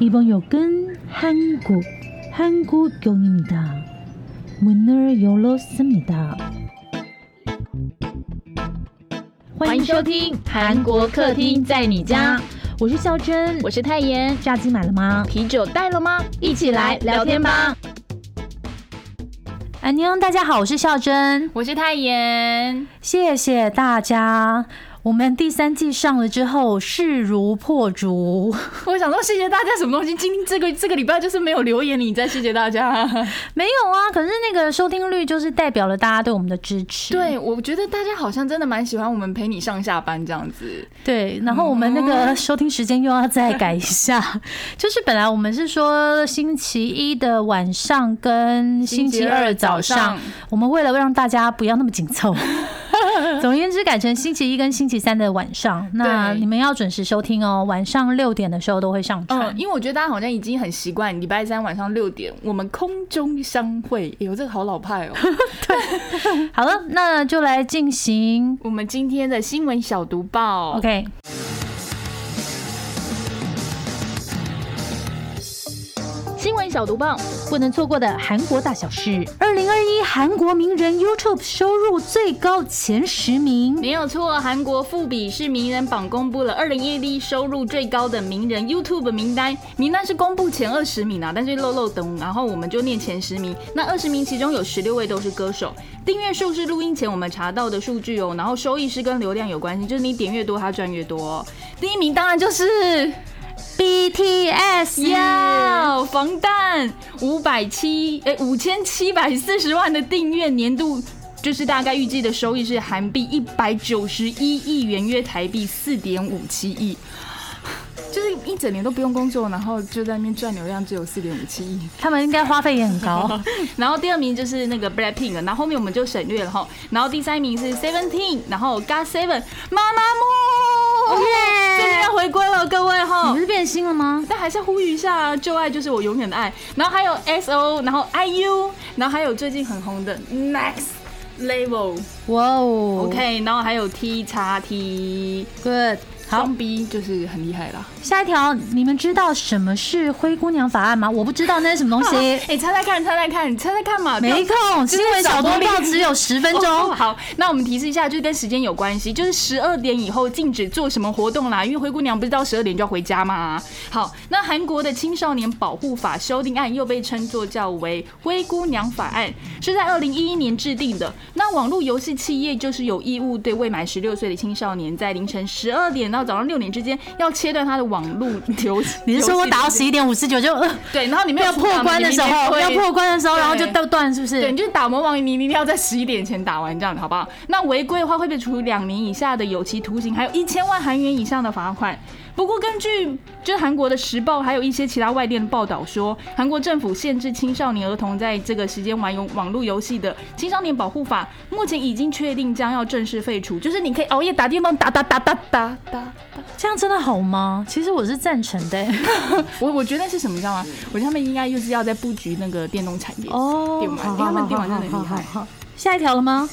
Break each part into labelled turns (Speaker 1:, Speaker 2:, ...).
Speaker 1: 이번 역은 한국, 한국역입니다. 문을 열었습니다.
Speaker 2: 欢迎收听《韩国客厅在你家》，
Speaker 1: 我是孝珍，
Speaker 2: 我是泰妍。
Speaker 1: 炸鸡买了吗？
Speaker 2: 啤酒带了吗？一起来聊天吧。
Speaker 1: 安妞，嗯大家好，我是孝珍，
Speaker 2: 我是泰妍。
Speaker 1: 谢谢大家。我们第三季上了之后，势如破竹。
Speaker 2: 我想说，谢谢大家什么东西？今天这个这个礼拜就是没有留言，你再谢谢大家。
Speaker 1: 没有啊，可是那个收听率就是代表了大家对我们的支持。
Speaker 2: 对，我觉得大家好像真的蛮喜欢我们陪你上下班这样子。
Speaker 1: 对，然后我们那
Speaker 2: 哦
Speaker 1: 个收听时间又要再改一下， 就是本来我们是说星期一的晚上跟星期二早上，
Speaker 2: 星期二早上
Speaker 1: 我们为了让大家不要那么紧凑， 总而言之改成星期一跟星期三的晚上。那
Speaker 2: 对
Speaker 1: 你们要准时收听哦，晚上六点的时候都会上传。
Speaker 2: 嗯，因为我觉得大家好像已经很习惯礼拜三晚上六点我们空中相会。哎呦，这个好老派 哦。
Speaker 1: 好了，那就来进行。
Speaker 2: 我们今天的新闻小读报
Speaker 1: OK，
Speaker 2: 新闻小读报，
Speaker 1: 不能错过的韩国大小事。二零二一韩国名人 YouTube 收入最高前十名。
Speaker 2: 没有错，韩国富比士名人榜公布了二零一一收入最高的名人 YouTube 名单，名单是公布前二十名啊，但是漏漏等，然后我们就念前十名。那二十名其中有十六位都是歌手，订阅数是录音前我们查到的数据哦，然后收益是跟流量有关系，就是你点越多，他赚越多哦、第一名当然就是
Speaker 1: BTS
Speaker 2: 呀，防弹五百七，哎，五千七百四十万的订阅年度。就是大概预计的收益是韩币一百九十一亿元，约台币四点五七亿，就是一整年都不用工作，然后就在那边赚流量，只有四点五七亿。
Speaker 1: 他们应该花费也很高。
Speaker 2: 然后第二名就是那个 Blackpink，然后后面我们就省略了哈。然后第三名是 Seventeen，然后 God Seven，妈妈木，终于要回归了各位哈。
Speaker 1: 哦你不是变心了吗？
Speaker 2: 但还是要呼吁一下，旧爱就是我永远的爱。然后还有 S O，然后 I U，然后还有最近很红的 Next Level，OK，、
Speaker 1: 哇哦
Speaker 2: OK，然后还有 T 叉 T，
Speaker 1: ，Good。好，
Speaker 2: 双 B 就是很厉害啦。
Speaker 1: 下一条，你们知道什么是灰姑娘法案吗？我不知道那是什么东 西，
Speaker 2: 哎、猜猜看，猜猜看，猜猜看嘛，不要
Speaker 1: 没空。
Speaker 2: 就
Speaker 1: 新
Speaker 2: 是
Speaker 1: 闻小
Speaker 2: 小
Speaker 1: 播
Speaker 2: 玻璃
Speaker 1: 报只有十分
Speaker 2: 哦
Speaker 1: 钟。
Speaker 2: 好，那我们提示一下，就是跟时间有关系，就是十二点以后禁止做什么活动啦，因为灰姑娘不是到十二点就要回家嘛。好，那韩国的青少年保护法修订案又被称作叫为灰姑娘法案，是在二零一一年制定的。那网络游戏企业就是有义务对未满十六岁的青少年，在凌晨十二点到早上六点之间，要切断他的网络游戏。
Speaker 1: 你是说我打到
Speaker 2: 游戏时
Speaker 1: 十一点五十九就呃
Speaker 2: 间对，然后你没有
Speaker 1: 要
Speaker 2: 出
Speaker 1: 破
Speaker 2: 档
Speaker 1: 关的时
Speaker 2: 你明
Speaker 1: 候，
Speaker 2: 天
Speaker 1: 要
Speaker 2: 会
Speaker 1: 破关的时候，然后就
Speaker 2: 对
Speaker 1: 到断，是不
Speaker 2: 对，你
Speaker 1: 是？
Speaker 2: 就是打魔王，你你一定要在十一点前打完，这样好不好？那违规的话会被处两年以下的有期徒刑，还有一千万韩元以上的罚款。不过，根据就是韩国的时报，还有一些其他外电的报道说，韩国政府限制青少年儿童在这个时间玩游网络游戏的青少年保护法，目前已经确定将要正式废除，就是你可以熬夜打电动，打打打打打打。
Speaker 1: 这样真的好吗？其实我是赞成的。
Speaker 2: 我我觉得是什么，你知道吗？我觉得他们应该就是要在布局那个电动产业，
Speaker 1: 哦
Speaker 2: 电玩
Speaker 1: 好好
Speaker 2: 因为他们电玩
Speaker 1: 好
Speaker 2: 真的很厉害
Speaker 1: 好好好下一条了吗？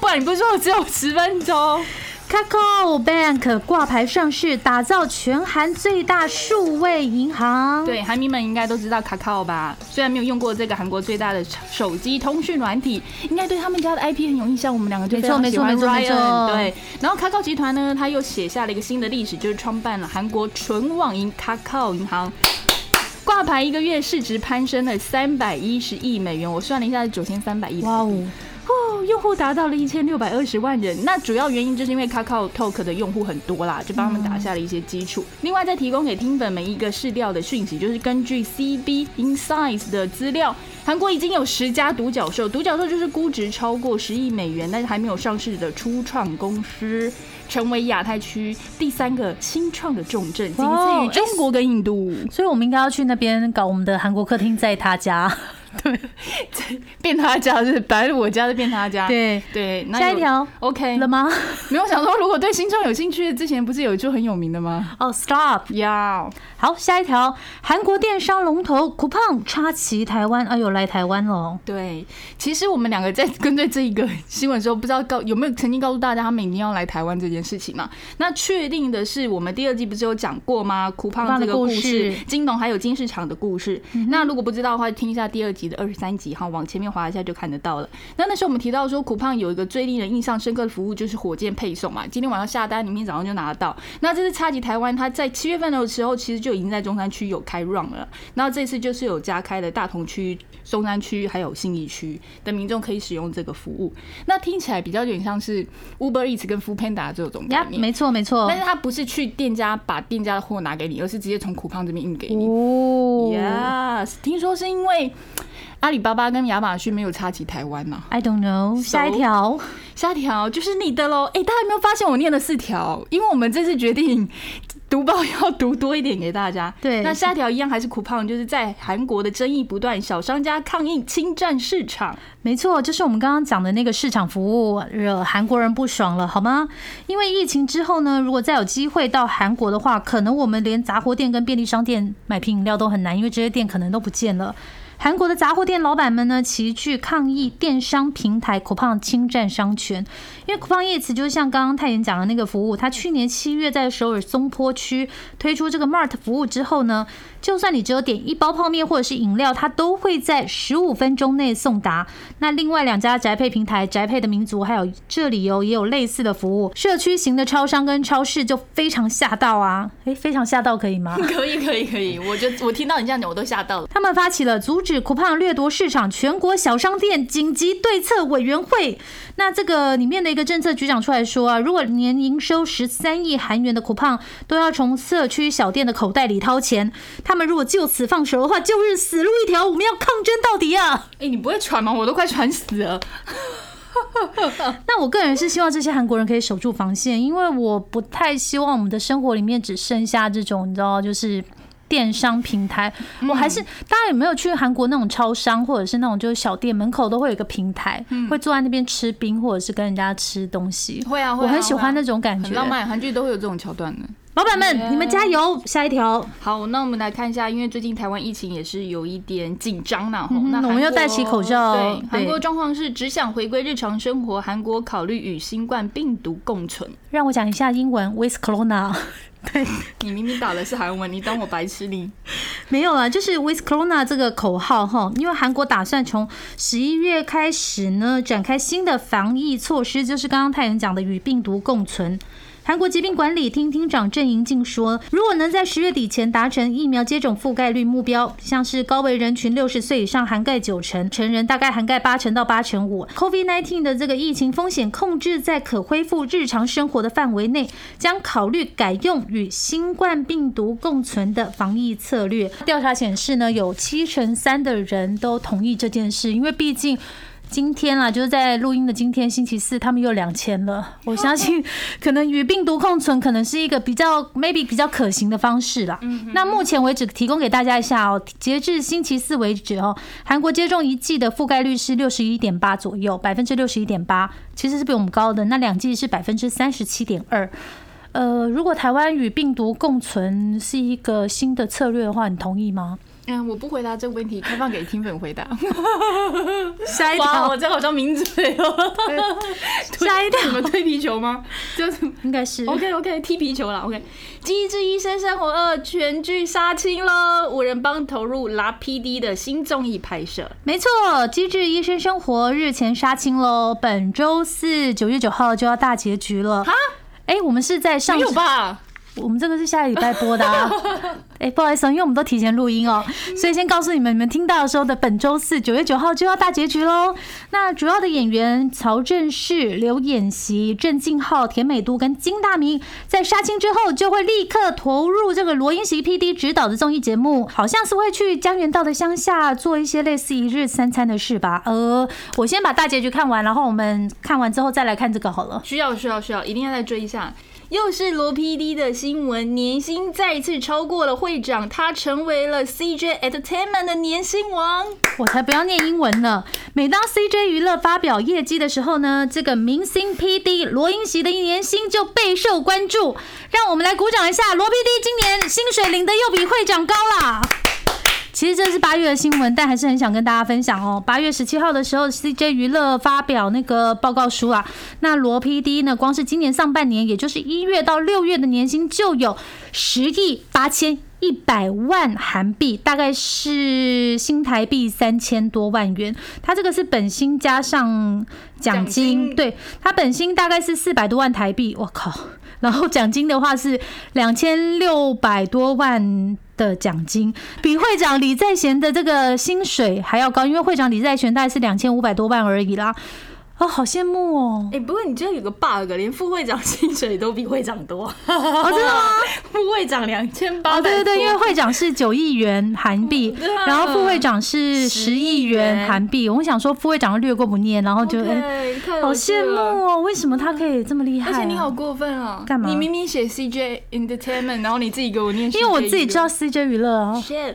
Speaker 2: 不然你不是说我只有十分钟？
Speaker 1: Kakao Bank 挂牌上市，打造全韩最大数位银行。，
Speaker 2: 对，韩迷们应该都知道 Kakao 吧？虽然没有用过这个韩国最大的手机通讯软体，应该对他们家的 IP 很有印象。我们两个就
Speaker 1: 没
Speaker 2: 非
Speaker 1: 错
Speaker 2: 常
Speaker 1: 没
Speaker 2: 喜
Speaker 1: 错
Speaker 2: 欢
Speaker 1: 没错没
Speaker 2: Ryan，
Speaker 1: 错
Speaker 2: 对。然后 Kakao 集团呢，它又写下了一个新的历史，就是创办了韩国纯网银 Kakao 银行。挂牌一个月，市值攀升了三百一十亿美元，我算了一下是九千三百亿。
Speaker 1: 哇哦，
Speaker 2: 哦，用户达到了一千六百二十万人。那主要原因就是因为 Kakao Talk 的用户很多啦，就帮他们打下了一些基础。另外，再提供给听粉们一个试调的讯息，就是根据 CB Insights 的资料，韩国已经有十家独角兽，独角兽就是估值超过十亿美元，但是还没有上市的初创公司。成为亚太区第三个新创的重镇，仅
Speaker 1: 哇
Speaker 2: 次
Speaker 1: 哦
Speaker 2: 于中国跟印度。
Speaker 1: 所以我们应该要去那边搞我们的韩国客厅，在他家。对，
Speaker 2: 变他家 是本来我家的变他家。
Speaker 1: 对
Speaker 2: 对，那
Speaker 1: 下一
Speaker 2: 有
Speaker 1: 条
Speaker 2: OK
Speaker 1: 了吗？
Speaker 2: 没有想说，如果对新创有兴趣，之前不是有一句很有名的吗？
Speaker 1: 哦、s t o p
Speaker 2: 要
Speaker 1: 好，下一条，韩国电商龙头 Coupon 插旗台湾，哎呦，来台湾了。
Speaker 2: 对，其实我们两个在跟对这一个新闻的时候，不知道告有没有曾经告诉大家他们一定要来台湾这件事情嘛？那确定的是，我们第二季不是有讲过吗？苦胖这个故
Speaker 1: 苦胖的
Speaker 2: 事
Speaker 1: 故事，
Speaker 2: 金董还有金市场的故事。那如果不知道的话，听一下第二集的二十三集哈，往前面滑一下就看得到了。那那时候我们提到说，苦胖有一个最令人印象深刻的服务就是火箭配送嘛，今天晚上下单，明天早上就拿得到。那这次差级台湾，它在七月份的时候其实就已经在中山区有开 run 了，那这次就是有加开了大同区、松山区还有信义区的民众可以使用这个服务。那听起来比较有点像是 Uber Eats 跟 Food Panda 这种概
Speaker 1: 呀、
Speaker 2: 念。
Speaker 1: 没错哎没错
Speaker 2: 但。是它不是去店家把店家的货拿给你，而是直接从苦胖这边运给你。
Speaker 1: 哦
Speaker 2: Yes，听说是因为阿里巴巴跟亚马逊没有插旗台湾呐、
Speaker 1: I don't know。下一条，
Speaker 2: 下条就是你的喽。哎、大家有没有发现我念了四条？因为我们这次决定读报要读多一点给大家。
Speaker 1: 对
Speaker 2: 那下条一样还是苦胖，就是在韩国的争议不断，小商家抗议侵占市场。
Speaker 1: 没错，就是我们刚刚讲的那个市场服务惹韩国人不爽了，好吗？因为疫情之后呢，如果再有机会到韩国的话，可能我们连杂货店跟便利商店买瓶饮料都很难，因为这些店可能都不见了。韩国的杂货店老板们呢，齐聚抗议电商平台 Coupon 侵占商权。因为 Coupon 叶子就像刚刚泰妍讲的那个服务，它去年七月在首尔松坡区推出这个 Mart 服务之后呢，就算你只有点一包泡面或者是饮料，它都会在十五分钟内送达。那另外两家宅配平台宅配的民族还有这里哦，也有类似的服务。社区型的超商跟超市就非常吓到啊，诶，非常吓到可以吗？
Speaker 2: 可以，可以，可以。我就我听到你这样讲，我都吓到了。
Speaker 1: 他们发起了阻止酷胖掠夺市场全国小商店紧急对策委员会。那这个里面的一个政策局长出来说啊，如果年营收十三亿韩元的酷胖都要从社区小店的口袋里掏钱，他们如果就此放手的话，就是死路一条。我们要抗争到底啊！
Speaker 2: 哎、你不会喘吗？我都快喘死了。
Speaker 1: 那我个人是希望这些韩国人可以守住防线，因为我不太希望我们的生活里面只剩下这种你知道就是。电商平台，
Speaker 2: 嗯
Speaker 1: 我还是大家有没有去韩国那种超商，或者是那种就是小店门口都会有一个平台，会坐在那边吃冰，或者是跟人家吃东西。
Speaker 2: 嗯会啊，会
Speaker 1: 我
Speaker 2: 啊
Speaker 1: 很喜欢那种感觉
Speaker 2: 很。浪漫，韩剧都会有这种桥段的。
Speaker 1: 老板们，你们加油！下一条，
Speaker 2: 好，那我们来看一下，因为最近台湾疫情也是有一点紧张呐。吼
Speaker 1: 嗯哼
Speaker 2: 那韩国
Speaker 1: 我们又戴起口罩
Speaker 2: 对，韩
Speaker 1: 对
Speaker 2: 国状况是只想回归日常生活，韩国考虑与新冠病毒共存。
Speaker 1: 让我讲一下英文，with corona。
Speaker 2: 你明明打的是韩文，你当我白痴你？
Speaker 1: 没有啊，就是 with corona 这个口号哈，因为韩国打算从十一月开始呢，展开新的防疫措施，就是刚刚泰妍讲的与病毒共存。韩国疾病管理厅厅长郑银进说，如果能在十月底前达成疫苗接种覆盖率目标，像是高危人群六十岁以上涵盖九成，成人大概涵盖八成到八成五，COVID-19 的这个疫情风险控制在可恢复日常生活的范围内，将考虑改用与新冠病毒共存的防疫策略。调查显示呢，有七成三的人都同意这件事，因为毕竟。今天啦，就是在录音的今天，星期四，他们又两千了。我相信，可能与病毒共存，可能是一个比较 maybe 比较可行的方式啦。那目前为止，提供给大家一下哦，截至星期四为止哦，韩国接种一剂的覆盖率是六十一点八左右，百分之六十一点八，其实是比我们高的。那两剂是百分之三十七点二。呃，如果台湾与病毒共存是一个新的策略的话，你同意吗？
Speaker 2: 嗯，我不回答这个问题，开放给听粉 回答。
Speaker 1: 下一
Speaker 2: 哇，
Speaker 1: 条
Speaker 2: 我，这好像名嘴 哦。
Speaker 1: 下一
Speaker 2: 什
Speaker 1: 条
Speaker 2: 么推皮球吗？就是
Speaker 1: 应该 是
Speaker 2: OK OK 踢皮球啦 OK，《机智医生生活二》全剧杀青喽，五人帮投入拉 PD 的新综艺拍摄。
Speaker 1: 没错，《机智医生生活》日前杀青喽，本周四九月九号就要大结局了。
Speaker 2: 啊，
Speaker 1: 哎、我们是在上
Speaker 2: 没有吧？
Speaker 1: 我们这个是下个礼拜播的啊。哎、不好意思哦，因为我们都提前录音哦，所以先告诉你们，你们听到的时候的本周四九月九号就要大结局喽。那主要的演员曹正奭、刘演习、郑敬浩、田美都跟金大明，在杀青之后就会立刻投入这个罗英席 P D 执导的综艺节目，好像是会去江原道的乡下做一些类似一日三餐的事吧。呃，我先把大结局看完，然后我们看完之后再来看这个好了。
Speaker 2: 需要需要需要，一定要再追一下。又是罗 PD 的新闻，年薪再次超过了会长，他成为了 CJ Entertainment 的年薪王。
Speaker 1: 我才不要念英文呢！每当 CJ 娱乐发表业绩的时候呢，这个明星 PD 罗英席的年薪就备受关注。让我们来鼓掌一下，罗 PD 今年薪水领的又比会长高啦！其实这是八月的新闻，但还是很想跟大家分享哦。八月十七号的时候，CJ 娱乐发表那个报告书啊，那罗 PD 呢，光是今年上半年，也就是一月到六月的年薪就有十亿八千一百万韩币，大概是新台币三千多万元。他这个是本薪加上奖
Speaker 2: 奖
Speaker 1: 金，
Speaker 2: 金
Speaker 1: 对他本薪大概是四百多万台币，我靠！然后奖金的话是两千六百多万的奖金，比会长李在贤的这个薪水还要高，因为会长李在贤大概是两千五百多万而已啦。哦，好羡慕哦！
Speaker 2: 哎、不过你知道有个 bug，连副会长薪水都比会长多。
Speaker 1: 哦，真的吗？
Speaker 2: 副会长两千八，
Speaker 1: 哦，对对对，因为会长是九亿元韩币
Speaker 2: 嗯对啊，
Speaker 1: 然后副会长是
Speaker 2: 10
Speaker 1: 十亿元韩币。我想说副会长略过不念，然后就哎，
Speaker 2: OK，看
Speaker 1: 好
Speaker 2: 哦我去
Speaker 1: 羡慕
Speaker 2: 了。
Speaker 1: 哦！为什么他可以这么厉害
Speaker 2: 而
Speaker 1: 啊？
Speaker 2: 且你好过分哦！
Speaker 1: 干嘛
Speaker 2: 你明明写 CJ Entertainment，然后你自己给我念 CJ 娱
Speaker 1: 因
Speaker 2: 乐，
Speaker 1: 为我自己知道哦 CJ 娱乐啊。
Speaker 2: Shit。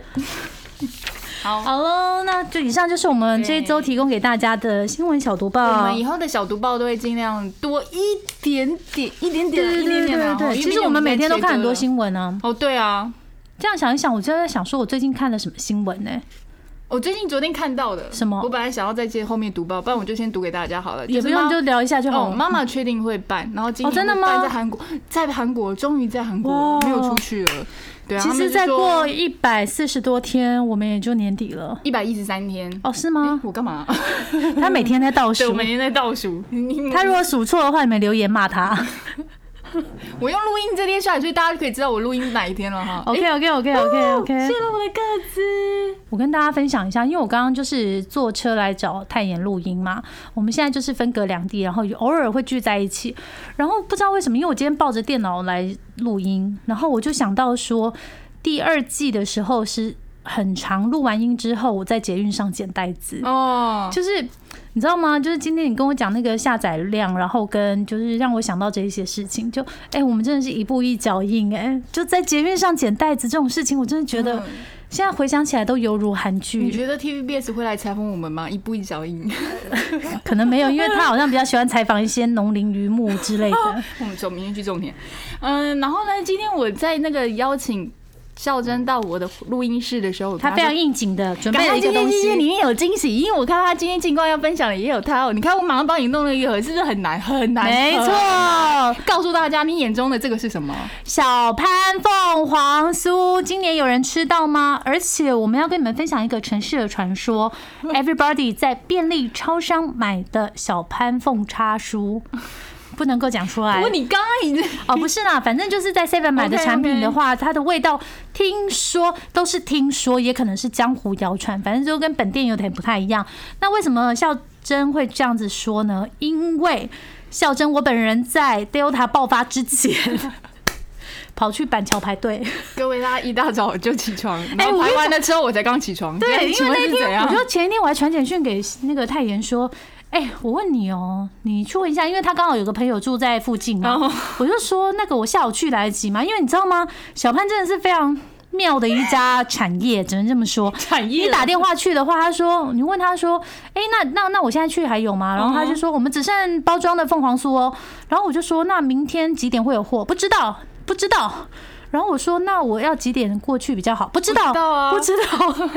Speaker 2: 好，
Speaker 1: 好喽，那就以上就是我们这一周提供给大家的新闻小读
Speaker 2: 我
Speaker 1: 报
Speaker 2: 们。以后的小读报都会尽量多一点点，一点
Speaker 1: 对
Speaker 2: 点啊，
Speaker 1: 对
Speaker 2: 一点
Speaker 1: 对
Speaker 2: 点
Speaker 1: 对
Speaker 2: 啊。
Speaker 1: 对，
Speaker 2: 因为
Speaker 1: 其实
Speaker 2: 毕竟
Speaker 1: 我们
Speaker 2: 在
Speaker 1: 每天都
Speaker 2: 切
Speaker 1: 看很
Speaker 2: 割
Speaker 1: 多
Speaker 2: 了。
Speaker 1: 新闻啊。
Speaker 2: 哦，对啊，
Speaker 1: 这样想一想，我就在想说，我最近看了什么新闻呢、
Speaker 2: 我最近昨天看到的
Speaker 1: 什么
Speaker 2: 我本来想要在这后面读报，不然我就先读给大家好了。
Speaker 1: 也不
Speaker 2: 就是妈
Speaker 1: 用就聊一下就好
Speaker 2: 哦，
Speaker 1: 了。
Speaker 2: 妈妈确定会办，然后今
Speaker 1: 哦
Speaker 2: 年
Speaker 1: 真的
Speaker 2: 会办
Speaker 1: 吗
Speaker 2: 在韩国，在韩国终于在韩国
Speaker 1: 哇
Speaker 2: 没有出去了。对啊，
Speaker 1: 其
Speaker 2: 他们
Speaker 1: 实
Speaker 2: 就
Speaker 1: 再
Speaker 2: 说
Speaker 1: 过一百四十多天，我们也就年底了。
Speaker 2: 一百一十三天。
Speaker 1: 哦，是
Speaker 2: 诶
Speaker 1: 吗？
Speaker 2: 我干嘛？
Speaker 1: 他每天在倒
Speaker 2: 对，我
Speaker 1: 数
Speaker 2: 每。天在倒数。你
Speaker 1: 他如果数错的话，你们留言骂 他。
Speaker 2: 我用录音这天下来，所以大家可以知道我录音哪一天了哈。
Speaker 1: OK OK OK OK
Speaker 2: 谢
Speaker 1: OK。
Speaker 2: 了我的个子。
Speaker 1: 我跟大家分享一下，因为我刚刚就是坐车来找泰妍录音嘛，我们现在就是分隔两地，然后偶尔会聚在一起。然后不知道为什么，因为我今天抱着电脑来录音，然后我就想到说，第二季的时候是很长，录完音之后我在捷运上捡袋子。
Speaker 2: 哦，
Speaker 1: 就是你知道吗？就是今天你跟我讲那个下载量，然后跟就是让我想到这一些事情。就哎、我们真的是一步一脚印哎、就在捷运上捡袋子这种事情，我真的觉得
Speaker 2: 嗯
Speaker 1: 现在回想起来都犹如韩
Speaker 2: 你
Speaker 1: 剧。
Speaker 2: 觉得 TVBS 会来采访我们吗？一步一脚印，嗯
Speaker 1: 可能没有，因为他好像比较喜欢采访一些农林渔牧之 类的。
Speaker 2: 我们走，明天去种田。嗯，然后呢，今天我在那个邀请孝珍到我的录音室的时候，我跟
Speaker 1: 他非
Speaker 2: 说
Speaker 1: 常应景的准
Speaker 2: 感
Speaker 1: 备了
Speaker 2: 到
Speaker 1: 一个
Speaker 2: 今天
Speaker 1: 东
Speaker 2: 今天里
Speaker 1: 西。
Speaker 2: 面有惊喜，因为我看到他今天进光要分享的也有他哦。你看我马上帮你弄了一个盒，是不是很难很难？
Speaker 1: 没错，，
Speaker 2: 告诉大家你眼中的这个是什么？
Speaker 1: 小潘凤凰酥，今年有人吃到吗？而且我们要跟你们分享一个城市的传说，everybody 在便利超商买的小潘凤叉酥，不能够讲出来
Speaker 2: 不过。你刚刚已经
Speaker 1: 哦，不是啦，反正就是在 Seven 买的
Speaker 2: OK，OK
Speaker 1: 产品的话它的味道听说都是听说，也可能是江湖谣传，反正就跟本店有点不太一样。那为什么孝珍会这样子说呢？因为孝珍我本人在 Delta 爆发之前。 跑去板桥排队，
Speaker 2: 各位大家一大早就起床，然后
Speaker 1: 哎我
Speaker 2: 排
Speaker 1: 就
Speaker 2: 完了之后我才刚起床。
Speaker 1: 对，
Speaker 2: 请
Speaker 1: 因
Speaker 2: 问
Speaker 1: 为
Speaker 2: 是
Speaker 1: 那
Speaker 2: 怎
Speaker 1: 天我
Speaker 2: 样？
Speaker 1: 就前一天我还传简讯给那个泰妍说，哎、我问你哦、你去问一下，因为他刚好有个朋友住在附近 嘛，
Speaker 2: 后
Speaker 1: 我就说那个我下午去来得及吗？因为你知道吗，小潘真的是非常妙的一家产业，只能这么说。
Speaker 2: 产业
Speaker 1: 你打电话去的话，他说你问他说，哎、那那那我现在去还有吗？然后他就说我们只剩包装的凤凰酥哦。然后我就说那明天几点会有货？不知道，不知道。然后我说那我要几点过去比较好？不知道，
Speaker 2: 不知道啊
Speaker 1: 不知 道。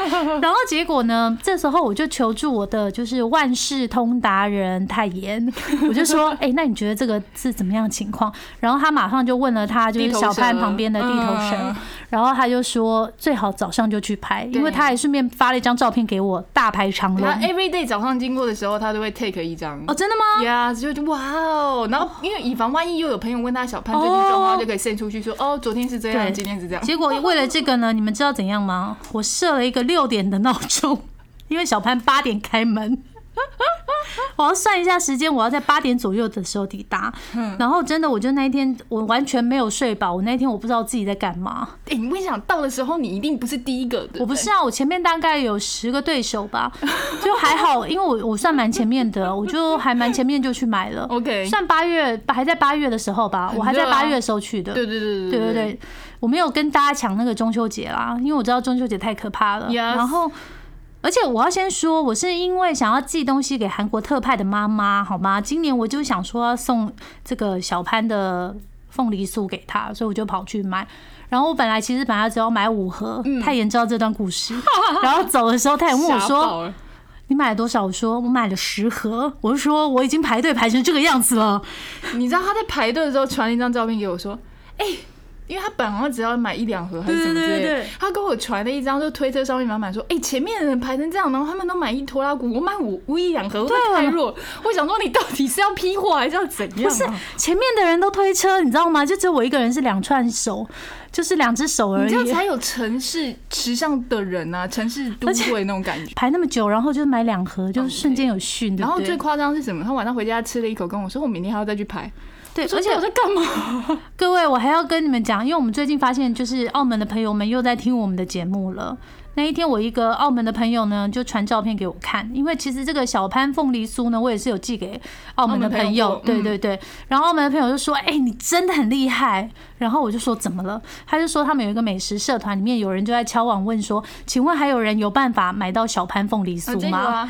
Speaker 1: 然后结果呢？这时候我就求助我的就是万事通达人泰妍，我就说，哎、那你觉得这个是怎么样的情况？然后他马上就问了他就是
Speaker 2: 地头
Speaker 1: 小潘
Speaker 2: 蛇
Speaker 1: 旁边的地头蛇，
Speaker 2: 嗯
Speaker 1: 然后他就说最好早上就去拍，因为
Speaker 2: 对
Speaker 1: 他还顺便发了一张照片给我，大排长龙。
Speaker 2: 他 every day 早上经过的时候，他都会 take 一张。
Speaker 1: 啊哎哦，真的吗？
Speaker 2: 呀，就就哇哦！然后因为以防万一又有朋友问他小潘最近状
Speaker 1: 哦
Speaker 2: 况，他就可以 send 出去说哦，昨天是这样，
Speaker 1: 对
Speaker 2: 今天是这样。
Speaker 1: 结果为了这个呢，你们知道怎样 吗？我设了一个六点的闹钟，因为小潘八点开门。 我要算一下时间，我要在八点左右的时候抵达。然后真的，我就那一天我完全没有睡饱，我那一天我不知道自己在干嘛。
Speaker 2: 哎、你跟你讲，到的时候你一定不是第一个的。
Speaker 1: 我不是啊，我前面大概有十个对手 吧，就还好，因为我我算蛮前面的，我就还蛮前面就去买 了。
Speaker 2: OK
Speaker 1: 算八月还在八月的时候吧，我还在
Speaker 2: 热啊
Speaker 1: 八月的时候去的。
Speaker 2: 对对对
Speaker 1: 对对
Speaker 2: 对
Speaker 1: 对，我没有跟大家抢那个中秋节啦，因为我知道中秋节太可怕了。
Speaker 2: Yes
Speaker 1: 然后，而且我要先说，我是因为想要寄东西给韩国特派的妈妈，好吗？今年我就想说要送这个小潘的凤梨酥给她，所以我就跑去买。然后我本来其实本来只要买五盒，
Speaker 2: 嗯
Speaker 1: 太妍知道这段故 事，然后走的时候太妍问哎我
Speaker 2: 吓
Speaker 1: 说：“
Speaker 2: 爆了
Speaker 1: 你买了多少？”我说：“我买了十盒。”我就说：“我已经排队排成这个样子了。”
Speaker 2: 你知道他在排队的时候传了一张照片给我，说：“哎、因为他本来好像只要买一两盒还是什么之类的，
Speaker 1: 对对对对
Speaker 2: 他跟我传了一张，就推特上面满满说：‘哎、前面的人排成这样，然后他们都买一拖拉股，我买五五一两盒，会不
Speaker 1: 啊
Speaker 2: 会太弱。’我想说，你到底是要批货还是要怎 样、啊？
Speaker 1: 不是前面的人都推车，你知道吗？就只有我一个人是两串手，就是两只手而
Speaker 2: 你这样
Speaker 1: 已。
Speaker 2: 才有城市时尚的人啊，城市都会那 种感觉。”
Speaker 1: 排那么久，然后就买两盒，就是瞬间有训，对
Speaker 2: 哦然
Speaker 1: 不
Speaker 2: 后
Speaker 1: 对
Speaker 2: 最夸张是什么？他晚上回家吃了一口，跟我说：“我明天还要再去排。”
Speaker 1: 对，
Speaker 2: 我说
Speaker 1: 而且
Speaker 2: 我在 干嘛？
Speaker 1: 各位，我还要跟你们讲，因为我们最近发现，就是澳门的朋友们又在听我们的节目了。那一天，我一个澳门的朋友呢，就传照片给我看，因为其实这个小潘凤梨酥呢，我也是有寄给澳门的朋
Speaker 2: 澳
Speaker 1: 友嗯
Speaker 2: 门，朋
Speaker 1: 对
Speaker 2: 友
Speaker 1: 对对。然后澳门的朋友就说：“哎，你真的很厉害。”然后我就说：“怎么了？”他就说他们有一个美食社团，里面有人就在敲网问说：“请问还有人有办法买到小潘凤梨酥
Speaker 2: 真的
Speaker 1: 吗？”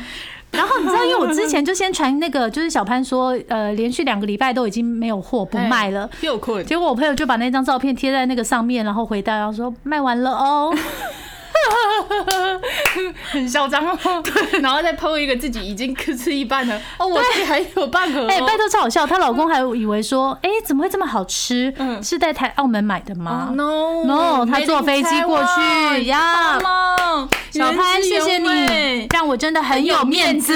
Speaker 2: 啊，
Speaker 1: 然后你知道，因为 我之前就先传那个，就是小潘说，呃，连续两个礼拜都已经没有货不卖了。
Speaker 2: 又困。
Speaker 1: 结果我朋友就把那张照片贴在那个上面，然后回答，然后说卖完了 哦。
Speaker 2: 很嚣张 哦，然后再剖一个自己已经吃一半了，哦，我这里还有半盒、哦，
Speaker 1: 哎、拜托，超好笑！她老公还以为说，哎、怎么会这么好吃？
Speaker 2: 嗯哦
Speaker 1: 是在台澳门买的吗、
Speaker 2: 啊 no
Speaker 1: No，他坐飞机过去呀
Speaker 2: 妈，
Speaker 1: 小潘，谢谢你，让我真的很有面子。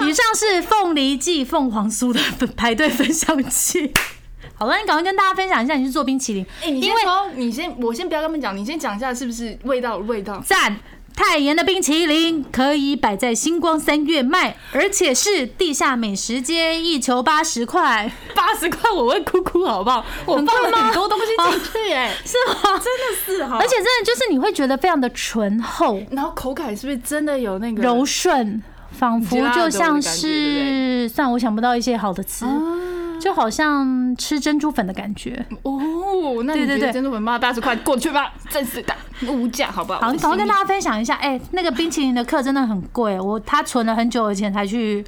Speaker 1: 以上是凤梨季凤凰酥的排队分享器。 好了，你赶快跟大家分享一下你去做冰淇淋，
Speaker 2: 哎、你
Speaker 1: 因
Speaker 2: 先
Speaker 1: 为
Speaker 2: 说，你先，我先不要跟他们讲，你先讲一下是不是味道味道。
Speaker 1: 赞。泰妍的冰淇淋可以摆在星光三月卖，而且是地下美食街，一球八十块，
Speaker 2: 八十块我会哭哭，好不好？我
Speaker 1: 很
Speaker 2: 放
Speaker 1: 贵
Speaker 2: 了
Speaker 1: 吗
Speaker 2: 很多东西进去、哎、
Speaker 1: 是吗？
Speaker 2: 真的是哦哈
Speaker 1: 而且真的就是你会觉得非常的醇厚、
Speaker 2: 然后口感是不是真的有那个
Speaker 1: 柔顺，仿佛就像是……算了我想不到一些好的词，
Speaker 2: 啊
Speaker 1: 就好像吃珍珠粉的感觉。
Speaker 2: 哦，那
Speaker 1: 对
Speaker 2: 你
Speaker 1: 对
Speaker 2: 觉
Speaker 1: 对
Speaker 2: 得珍珠粉妈八十块过去吧，真是的物价，好不好？
Speaker 1: 好，
Speaker 2: 我
Speaker 1: 你赶快
Speaker 2: 心
Speaker 1: 跟
Speaker 2: 里
Speaker 1: 大家分享一下，哎，那个冰淇淋的课真的很贵，我他存了很久以前才去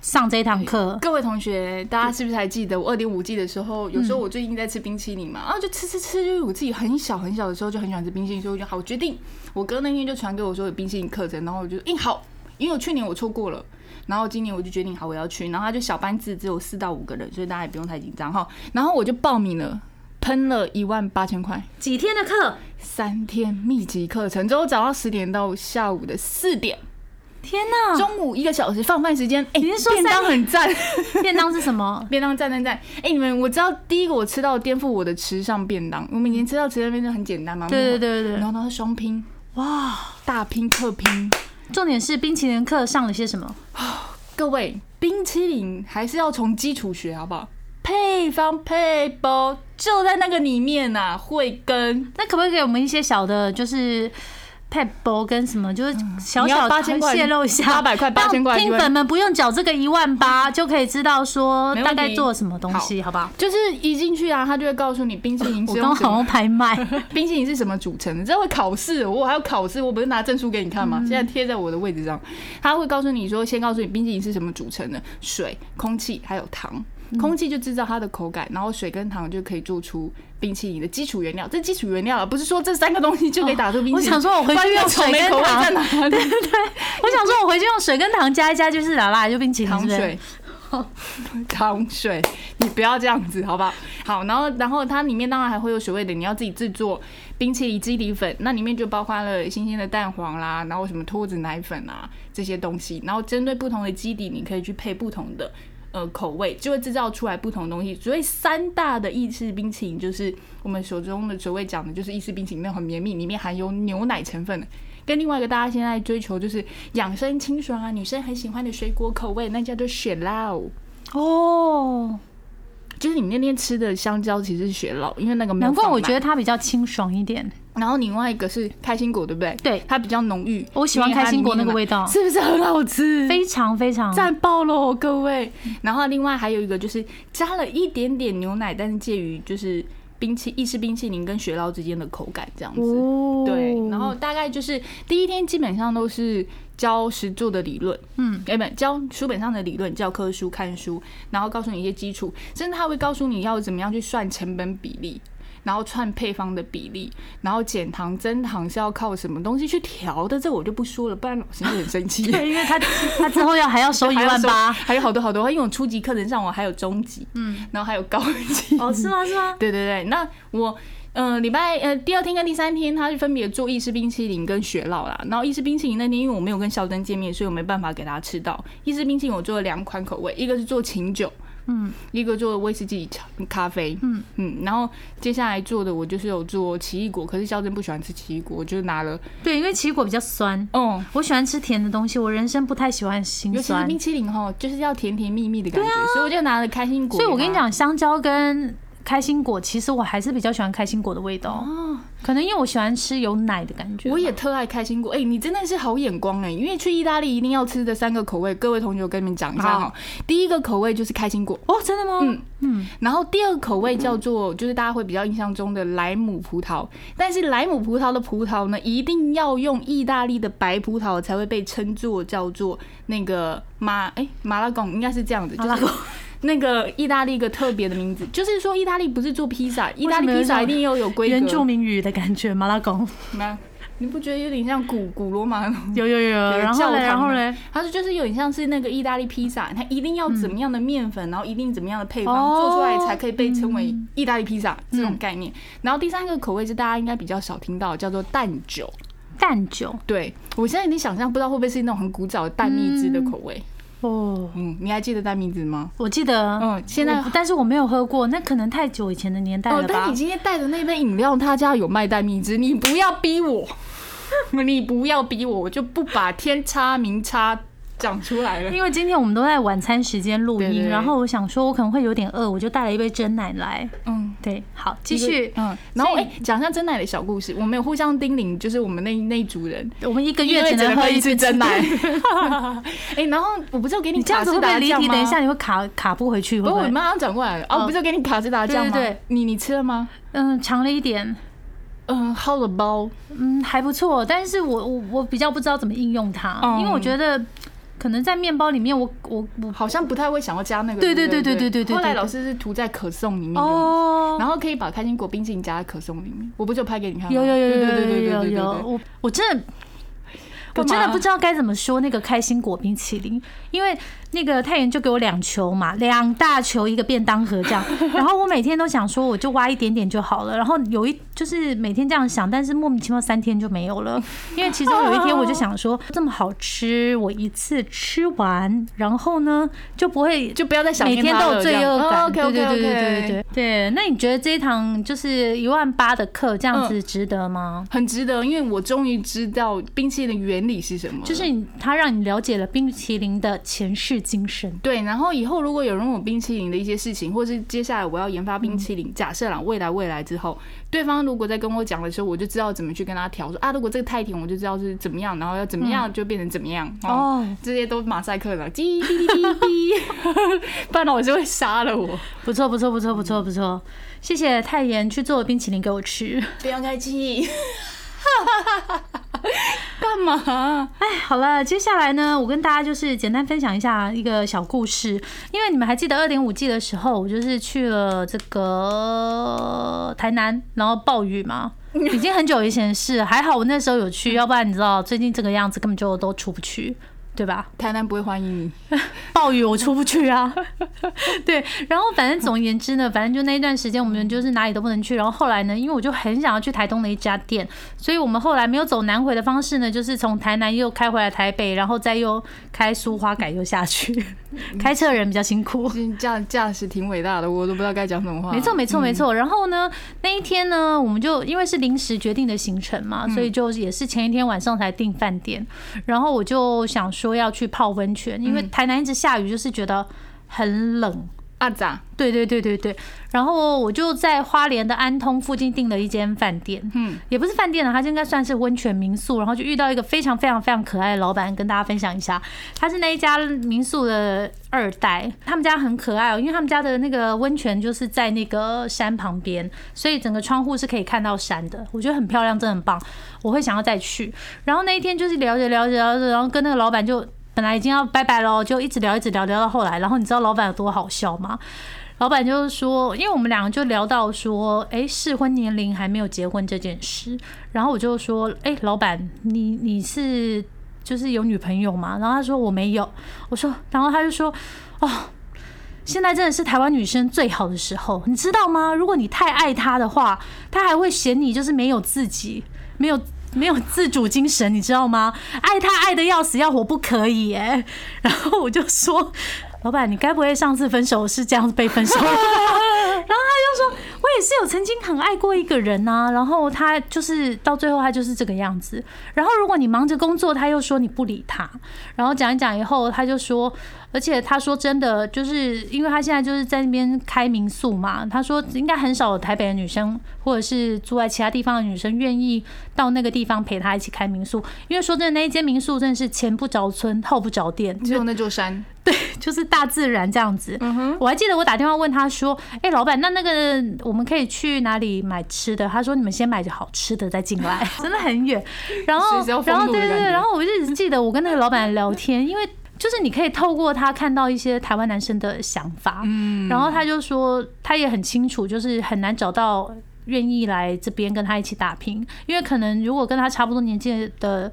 Speaker 1: 上这一堂课。
Speaker 2: 各位同学，大家是不是还记得我二点五 G 的时候，有时候我最近在吃冰淇淋嘛，然后就吃吃吃，就是我自己很小很小的时候就很喜欢吃冰淇淋，所以我就好我决定，我哥那天就传给我说有冰淇淋课程，然后我就硬好，因为我去年我错过了。然后今年我就决定好我要去，然后他就小班制只有四到五个人，所以大家也不用太紧张哈。然后我就报名了，喷了一万八千块，
Speaker 1: 几天的课？
Speaker 2: 三天密集课程，之后早上十点到下午的四点，
Speaker 1: 天哪！
Speaker 2: 中午一个小时放饭时间，哎、
Speaker 1: 你是说
Speaker 2: 便当
Speaker 1: 三
Speaker 2: 很赞。
Speaker 1: 便当是什 么？
Speaker 2: 便当赞赞赞！哎、你们我知道第一个我吃到颠覆我的时尚便当，我们以前吃到时尚便当很简单嘛，
Speaker 1: 对对
Speaker 2: 对
Speaker 1: 对对
Speaker 2: 然
Speaker 1: 对，
Speaker 2: 后它是双拼、
Speaker 1: 哇！
Speaker 2: 大拼、特拼。
Speaker 1: 重点是冰淇淋课上了些什么？
Speaker 2: 各位，冰淇淋还是要从基础学，好不好？配方配包就在那个里面啊呐、慧根。
Speaker 1: 那可不可以给我们一些小的，就是配博跟什么，就是小
Speaker 2: 嗯
Speaker 1: 小
Speaker 2: 你要
Speaker 1: 的
Speaker 2: 8000块
Speaker 1: 泄露一下，
Speaker 2: 800块8000块
Speaker 1: 让听粉们不用缴这个一万八，就可以知道说
Speaker 2: 没问
Speaker 1: 大
Speaker 2: 题
Speaker 1: 概做什么东西，好不好？
Speaker 2: 就是一进去啊，他就会告诉你冰淇淋
Speaker 1: 我
Speaker 2: 是
Speaker 1: 刚刚
Speaker 2: 用什么
Speaker 1: 好像拍 卖，
Speaker 2: 冰淇淋是什么组成的？这会考试，我还要考试，我不是拿证书给你看
Speaker 1: 嗯
Speaker 2: 吗？现在贴在我的位置上，他会告诉你说，先告诉你冰淇淋是什么组成的，水、空气还有糖。
Speaker 1: 嗯
Speaker 2: 空气就制造它的口感，然后水跟糖就可以做出冰淇淋的基础原料。这基础原料啊，不是说这三个东西就可以打出冰淇淋。
Speaker 1: 我想说我回去用水跟
Speaker 2: 口味
Speaker 1: 糖
Speaker 2: 在哪 里？
Speaker 1: 我想说我回去用水跟糖加一加，就是啦啦就冰淇淋，是
Speaker 2: 糖
Speaker 1: 不是
Speaker 2: 水。糖水，你不要这样子，好不好？好，然后然后它里面当然还会有水味的，你要自己制作冰淇淋基底粉，那里面就包括了新鲜的蛋黄啦，然后什么脱脂奶粉啊这些东西，然后针对不同的基底，你可以去配不同的呃口味，就会制造出来不同的东西。所以三大的意式冰淇淋就是我们手中的所谓讲的，就是意式冰淇淋那种很绵密，里面含有牛奶成分的。跟另外一个大家现在追求就是养生清爽啊，女生很喜欢的水果口味，那叫做雪酪。
Speaker 1: 哦，
Speaker 2: 就是你那天吃的香蕉其实是雪酪，因为那个没有
Speaker 1: 难怪
Speaker 2: 放
Speaker 1: 我
Speaker 2: 满
Speaker 1: 觉得它比较清爽一点。
Speaker 2: 然后另外一个是开心果，对不对？
Speaker 1: 对
Speaker 2: 它比较浓郁。
Speaker 1: 我喜欢开心果那个味道
Speaker 2: 是不是很好吃？
Speaker 1: 非常非常
Speaker 2: 赞爆
Speaker 1: 哦
Speaker 2: 喽，各位！然后另外还有一个就是加了一点点牛奶，但是介于就是冰淇意式冰淇淋跟雪酪之间的口感这样子。
Speaker 1: 哦
Speaker 2: 对，然后大概就是第一天基本上都是教实做的理论，
Speaker 1: 嗯，
Speaker 2: 哎，不，教书本上的理论，教科书看书，然后告诉你一些基础，甚至他会告诉你要怎么样去算成本比例。然后算配方的比例，然后减糖增糖是要靠什么东西去调的，这我就不说了，不然老师会很生 气。
Speaker 1: 对，因为它它之后要还要收一
Speaker 2: 还有
Speaker 1: 万
Speaker 2: 什么
Speaker 1: 八。
Speaker 2: 还有好多好多，因为我初级课程上我还有中级，嗯， 然后还有高级。
Speaker 1: 哦，是吗？是吗？
Speaker 2: 对对对，那我呃礼拜呃第二天跟第三天，他是分别做意式冰淇淋跟雪酪啦。然后意式冰淇淋那天，因为我没有跟孝珍见面，所以我没办法给他吃到。意式冰淇淋我做了两款口味，一个是做琴酒，
Speaker 1: 嗯，
Speaker 2: 一个做威士忌茶咖啡，
Speaker 1: 嗯
Speaker 2: 嗯。然后接下来做的我就是有做奇异果，可是孝珍不喜欢吃奇异果，我就拿了，
Speaker 1: 对，因为奇异果比较酸，
Speaker 2: 嗯。
Speaker 1: 我喜欢吃甜的东西，我人生不太喜欢
Speaker 2: 尤
Speaker 1: 辛
Speaker 2: 其是
Speaker 1: 酸啊
Speaker 2: 冰。淇淋哈，就是要甜甜蜜蜜的感觉，所以我就拿了开心果。
Speaker 1: 所以我跟你，讲，香蕉跟开心果，其实我还是比较喜欢开心果的味道，
Speaker 2: 哦，
Speaker 1: 可能因为我喜欢吃有奶的感觉吧。
Speaker 2: 我也特爱开心果，哎、你真的是好眼光哎、因为去意大利一定要吃的三个口味，各位同学，我跟你们讲一下哈
Speaker 1: 好。
Speaker 2: 第一个口味就是开心果，
Speaker 1: 哦，真的吗？
Speaker 2: 嗯
Speaker 1: 嗯，
Speaker 2: 然后第二个口味叫做，嗯就是大家会比较印象中的莱姆葡萄。但是莱姆葡萄的葡萄呢，一定要用意大利的白葡萄才会被称作叫做那个马哎、马拉贡，应该是这样子，就
Speaker 1: 麻辣
Speaker 2: 是那个意大利一个特别的名字。就是说，意大利不是做披萨，意大利
Speaker 1: 为什么有
Speaker 2: 披
Speaker 1: 一
Speaker 2: 萨
Speaker 1: 种
Speaker 2: 一定要有规
Speaker 1: 原住
Speaker 2: 格。
Speaker 1: 民语的感觉，麻辣贡。
Speaker 2: 那你不觉得有点像古古罗马那种？
Speaker 1: 有有有有，
Speaker 2: 嗯对
Speaker 1: 然后
Speaker 2: 教
Speaker 1: 嘞，
Speaker 2: 堂嗯
Speaker 1: 然后
Speaker 2: 的
Speaker 1: 嘞，
Speaker 2: 它是就是有点像是那个意大利披萨，它一定要怎么样的面粉，然后一定怎么样的配方、
Speaker 1: 哦
Speaker 2: 做出来才可以被称为意大利披萨、这种概念。然后第三个口味是大家应该比较少听到，叫做蛋酒。
Speaker 1: 蛋酒
Speaker 2: 对我现在已经想象不知道会不会是那种很古早的蛋蜜汁的口味。
Speaker 1: 哦，
Speaker 2: 嗯，你还记得蛋蜜汁吗？
Speaker 1: 我记得，
Speaker 2: 嗯现在
Speaker 1: 我但是我没有喝过，那可能太久以前的年代
Speaker 2: 哦
Speaker 1: 了，吧。
Speaker 2: 但你今天带的那杯饮料，他家有卖蛋蜜汁，你不要逼我， 你不要逼我，我就不把天差明差讲出来了。
Speaker 1: 因为今天我们都在晚餐时间录音，
Speaker 2: 对对对
Speaker 1: 然后我想说，我可能会有点饿，我就带了一杯真奶来。
Speaker 2: 嗯。
Speaker 1: 对，好，继
Speaker 2: 继
Speaker 1: 续
Speaker 2: 续，。嗯，然后
Speaker 1: 所以
Speaker 2: 哎，讲一下真奶的小故事。我们有互相叮咛，就是我们那那一组人
Speaker 1: 我们一个
Speaker 2: 一
Speaker 1: 月只能喝一
Speaker 2: 次真奶。
Speaker 1: 次。
Speaker 2: 哎，然后我不是有给你
Speaker 1: 你这样
Speaker 2: 卡
Speaker 1: 子
Speaker 2: 斯
Speaker 1: 会不会
Speaker 2: 达
Speaker 1: 离
Speaker 2: 酱
Speaker 1: 题？
Speaker 2: 吗？
Speaker 1: 等一下，你会卡卡不回去，会
Speaker 2: 不是，
Speaker 1: 不
Speaker 2: 我
Speaker 1: 会？
Speaker 2: 马上转过来了。哦，
Speaker 1: 哦
Speaker 2: 我不是有给你卡斯达酱吗？
Speaker 1: 对对对
Speaker 2: 你你吃了吗？
Speaker 1: 嗯，长了一点，
Speaker 2: 嗯，薅了包。
Speaker 1: 嗯，还不错。但是我我我比较不知道怎么应用它，
Speaker 2: 嗯
Speaker 1: 因为我觉得可能在面包里面我，我我
Speaker 2: 好像不太会想要加那个。
Speaker 1: 对
Speaker 2: 对
Speaker 1: 对对对
Speaker 2: 对
Speaker 1: 对对对
Speaker 2: 后来老师是涂在可颂里面的，
Speaker 1: 哦，
Speaker 2: 然后可以把开心果冰淇淋加在可颂里面。我不就拍给你看吗？
Speaker 1: 有有有有
Speaker 2: 对
Speaker 1: 有
Speaker 2: 对
Speaker 1: 有
Speaker 2: 对对对
Speaker 1: 有
Speaker 2: 对对
Speaker 1: 有，
Speaker 2: 对
Speaker 1: 我我真的。我
Speaker 2: 干嘛
Speaker 1: 真的不知道该怎么说那个开心果冰淇淋，因为那个太原就给我两球嘛，两大球一个便当盒这样，然后我每天都想说我就挖一点点就好了，然后有一就是每天这样想，但是莫名其妙三天就没有了，因为其中有一天我就想说这么好吃，我一次吃完，然后呢就不会
Speaker 2: 就不要再想
Speaker 1: 每
Speaker 2: 念
Speaker 1: 天
Speaker 2: 它
Speaker 1: 都
Speaker 2: 了
Speaker 1: 有
Speaker 2: 这
Speaker 1: 罪
Speaker 2: 样
Speaker 1: 恶感，
Speaker 2: 哦
Speaker 1: 对对对
Speaker 2: OK，OK，OK
Speaker 1: 对对对对。那你觉得这一堂就是一万八的课这样子值得吗？
Speaker 2: 很值得，因为我终于知道冰淇淋的原理是什么了。
Speaker 1: 就是你它让你了解了冰淇淋的前世今生。
Speaker 2: 对，然后以后如果有人问我冰淇淋的一些事情，或是接下来我要研发冰淇淋，假设啦，未来未来之后，对方如果在跟我讲的时候，我就知道怎么去跟他调说啊，如果这个太甜，我就知道是怎么样，然后要怎么样就变成怎么样。哦，
Speaker 1: 哦，
Speaker 2: 这些都马赛克了，滴滴滴滴滴，不然老师会杀了我。
Speaker 1: 不错不错不错不错不错，谢谢泰妍去做冰淇淋给我吃。
Speaker 2: 不要开气，干嘛？
Speaker 1: 哎，好了，接下来呢，我跟大家就是简单分享一下一个小故事，因为你们还记得二点五季的时候，我就是去了这个台南，然后暴雨嘛，已经很久以前的事，还好我那时候有去，要不然你知道最近这个样子根本就都出不去。对吧？
Speaker 2: 台南不会欢迎你。
Speaker 1: 暴雨我出不去啊。 对，然后反正总而言之呢，反正就那一段时间我们就是哪里都不能去。然后后来呢，因为我就很想要去台东的一家店，所以我们后来没有走南回的方式呢，就是从台南又开回来台北，然后再又开苏花改又下去。开车的人比较辛苦。
Speaker 2: 这驾驾驶挺伟大的，我都不知道该讲什么话。
Speaker 1: 没错，没错，没错。然后呢，那一天呢，我们就因为是临时决定的行程嘛，所以就也是前一天晚上才订饭店。然后我就想说要去泡温泉，因为台南一直下雨，就是觉得很冷。
Speaker 2: 阿咋？
Speaker 1: 对对对对对。然后我就在花莲的安通附近订了一间饭店，
Speaker 2: 嗯，
Speaker 1: 也不是饭店了，啊它应该算是温泉民宿。然后就遇到一个非常非常非常可爱的老板，跟大家分享一下，他是那一家民宿的二代，他们家很可爱哦、因为他们家的那个温泉就是在那个山旁边，所以整个窗户是可以看到山的，我觉得很漂亮，真的很棒，我会想要再去。然后那一天就是聊着聊着聊着，然后跟那个老板就。本来已经要拜拜喽，就一直聊一直聊聊到后来，然后你知道老板有多好笑吗？老板就说，因为我们两个就聊到说，哎、适婚年龄还没有结婚这件事，然后我就说，哎、老板，你你是就是有女朋友吗？然后他说我没有，我说，然后他就说，哦。现在真的是台湾女生最好的时候，你知道吗？如果你太爱她的话，她还会嫌你就是没有自己，没有没有自主精神，你知道吗？爱她爱的要死要活，不可以哎、 然后我就说，老板，你该不会上次分手是这样被分手的吧？然后他就说，我也是有曾经很爱过一个人呐、然后他就是到最后他就是这个样子。然后如果你忙着工作，他又说你不理他，然后讲一讲以后，他就说，而且他说真的，就是因为他现在就是在那边开民宿嘛，他说应该很少有台北的女生或者是住在其他地方的女生愿意到那个地方陪他一起开民宿，因为说真的，那一间民宿真的是前不着村后不着店，
Speaker 2: 只有那座山。
Speaker 1: 对，就是大自然这样子。
Speaker 2: 嗯
Speaker 1: 我还记得我打电话问他说：“哎、老板，那那个我们可以去哪里买吃的？”他说：“你们先买好吃的再进来， 真的很远。”然后
Speaker 2: 随时要，封
Speaker 1: 然后
Speaker 2: 路
Speaker 1: 对
Speaker 2: 的
Speaker 1: 对
Speaker 2: 感
Speaker 1: 对，
Speaker 2: 觉
Speaker 1: 然后我就一直记得我跟那个老板聊天，因为就是你可以透过他看到一些台湾男生的想法。
Speaker 2: 嗯，
Speaker 1: 然后他就说，他也很清楚，就是很难找到愿意来这边跟他一起打拼，因为可能如果跟他差不多年纪的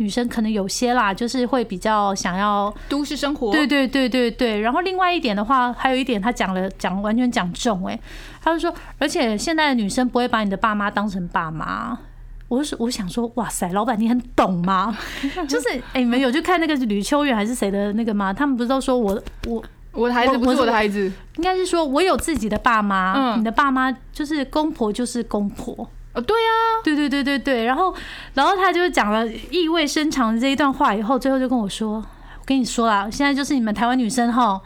Speaker 1: 女生，可能有些啦，就是会比较想要。
Speaker 2: 都市生活。
Speaker 1: 对对对对对，然后另外一点的话，还有一点他讲了讲完全讲中哎、他就说，而且现在的女生不会把你的爸妈当成爸妈。我是我想说，哇塞，老板你很懂吗？ 就是哎、你们有去看那个吕秋远还是谁的那个吗？他们不是都说我我
Speaker 2: 我的孩子
Speaker 1: 我
Speaker 2: 不是
Speaker 1: 我
Speaker 2: 我的孩子。
Speaker 1: 应该是说我有自己的爸妈，
Speaker 2: 嗯
Speaker 1: 你的爸妈就是公婆就是公婆，
Speaker 2: 哦，对啊，
Speaker 1: 对对对对对，然后然后他就讲了意味深长的这一段话以后，最后就跟我说：“我跟你说啦，现在就是你们台湾女生哈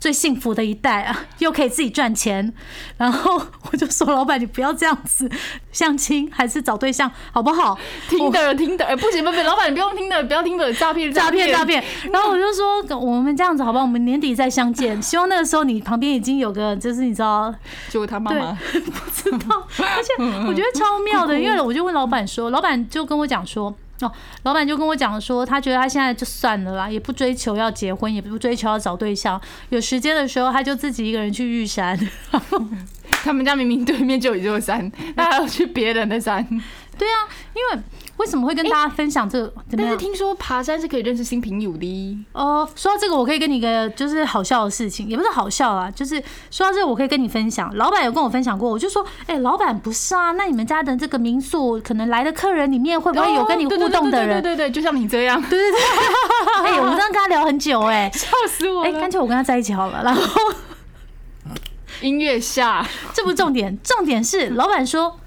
Speaker 1: 最幸福的一代啊，又可以自己赚钱。”然后 我就说：“老板，你不要这样子，相亲还是找对象好不好？
Speaker 2: 听的听的，哎，不行不行，老板你不用听的，不要听的，诈骗
Speaker 1: 诈骗诈
Speaker 2: 骗。
Speaker 1: 骗。”然后我就说：“我们这样子好吧，我们年底再相见，希望那个时候你旁边已经有个就是你知道
Speaker 2: 结果他妈妈，
Speaker 1: 不知道，而且我觉得超妙的，因为我就问老板说，老板就跟我讲说。哦，老板就跟我讲说，他觉得他现在就算了啦，也不追求要结婚，也不追求要找对象，有时间的时候他就自己一个人去玉山。
Speaker 2: 他们家明明对面就有一座山，他还要去别人的山。
Speaker 1: 对啊，因为为什么会跟大家分享这个？怎么
Speaker 2: 但
Speaker 1: 样
Speaker 2: 是？听说爬山是可以认识新朋友的。
Speaker 1: 哦、说到这个，我可以跟你一个就是好笑的事情，也不是好笑啊，就是说到这个，我可以跟你分享。老板有跟我分享过，我就说，哎、老板不是啊，那你们家的这个民宿，可能来的客人里面会不会有跟你
Speaker 2: 哦对
Speaker 1: 互动的人？
Speaker 2: 对对对对对，对就像你这样，对，
Speaker 1: 哎、 我们这样跟他聊很久哎、
Speaker 2: 笑死我
Speaker 1: 哎、
Speaker 2: 了。
Speaker 1: 干脆我跟他在一起好了。然后
Speaker 2: 音乐下，
Speaker 1: 这不是重点，重点是老板说，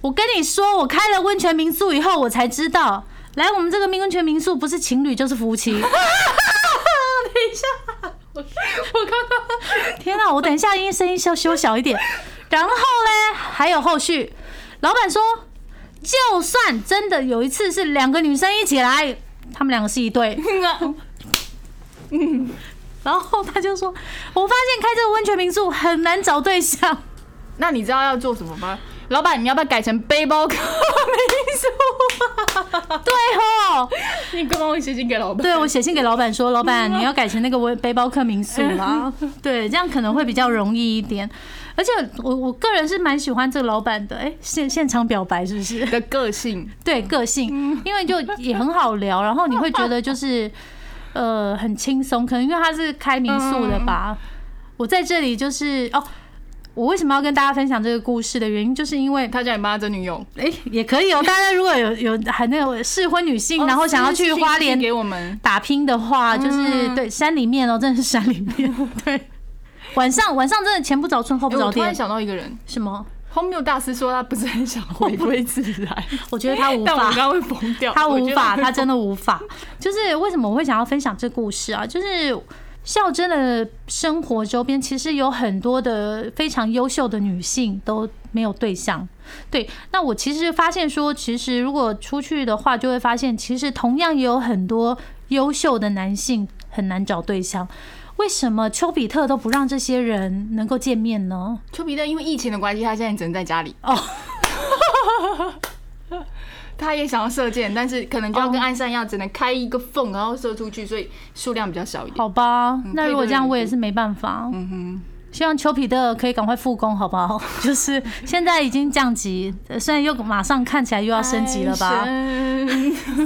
Speaker 1: 我跟你说，我开了温泉民宿以后，我才知道，来我们这个温泉民宿不是情侣就是夫妻。等一下，我刚 刚，天哪、我等一下音声音修修小一点。然后嘞，还有后续，老板说，就算真的有一次是两个女生一起来，他们两个是一对。然后他就说：“我发现开这个温泉民宿很难找对象。
Speaker 2: 那你知道要做什么吗？老板，你要不要改成背包客民 宿？”
Speaker 1: 对哦，
Speaker 2: 你刚刚我写信给老板，
Speaker 1: 对我写信给老板说：“老板，你要改成那个温背包客民宿啦，对，这样可能会比较容易一点。而且我我个人是蛮喜欢这个老板的，哎，现现场表白是不是？
Speaker 2: 的个性，
Speaker 1: 对，个性，因为就也很好聊，然后你会觉得就是。呃很轻松，可能因为他是开民宿的吧。我在这里就是哦，我为什么要跟大家分享这个故事的原因，就是因为
Speaker 2: 他叫你帮他争女友，
Speaker 1: 哎、也可 以哦，大家如果有有还那个适哦婚女性，然后想要去花莲
Speaker 2: 给我们，
Speaker 1: 打拼的话，就是
Speaker 2: 嗯
Speaker 1: 对山里面哦，真的是山里面。 对，晚上晚上真的前不着村后
Speaker 2: 哎
Speaker 1: 不着
Speaker 2: 我突
Speaker 1: 店
Speaker 2: 然。想到一个人，
Speaker 1: 什 么？
Speaker 2: 荒谬大师说他不是很想 回归自然，
Speaker 1: 我觉得他无
Speaker 2: 但我
Speaker 1: 法
Speaker 2: 刚。刚会疯掉，
Speaker 1: 他
Speaker 2: 我
Speaker 1: 无
Speaker 2: 觉得
Speaker 1: 法，
Speaker 2: 会
Speaker 1: 他真的无法。就是为什么我会想要分享这故事啊？就是孝珍的生活周边，其实有很多的非常优秀的女性都没有对象。对，那我其实发现说，其实如果出去的话，就会发现其实同样也有很多优秀的男性很难找对象。为什么丘比特都不让这些人能够见面呢？
Speaker 2: 丘比特因为疫情的关系，他现在只能在家里。
Speaker 1: 哦，
Speaker 2: 他也想要射箭，但是可能就要跟
Speaker 1: 哦
Speaker 2: 安山一样，只能开一个缝，然后射出去，所以数量比较少一点。
Speaker 1: 好吧，
Speaker 2: 嗯
Speaker 1: 那如果这样，
Speaker 2: 推论
Speaker 1: 我也是没办法。
Speaker 2: 嗯哼，
Speaker 1: 希望丘比特可以赶快复工，好不好？ 就是现在已经降级，呃虽然又马上看起来又要升级了吧？
Speaker 2: 哎 爱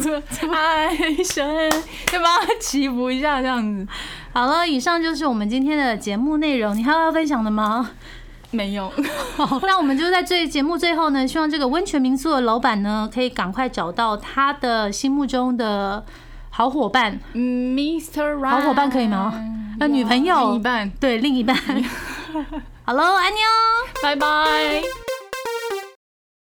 Speaker 2: 神？爱神，再 帮他祈福一下，这样子
Speaker 1: 好了，以上就是我们今天的节目内容，你还有要分享的吗？
Speaker 2: 没有。
Speaker 1: 好，那我们就在这节目最后呢，希望这个温泉民宿的老板呢，可以赶快找到他的心目中的好伙伴，
Speaker 2: Mr. Right，
Speaker 1: 好伙伴可以吗？
Speaker 2: 嗯
Speaker 1: 呃，女朋友，
Speaker 2: 啊一半，
Speaker 1: 对，另一半。好喽，安妞。
Speaker 2: 拜拜。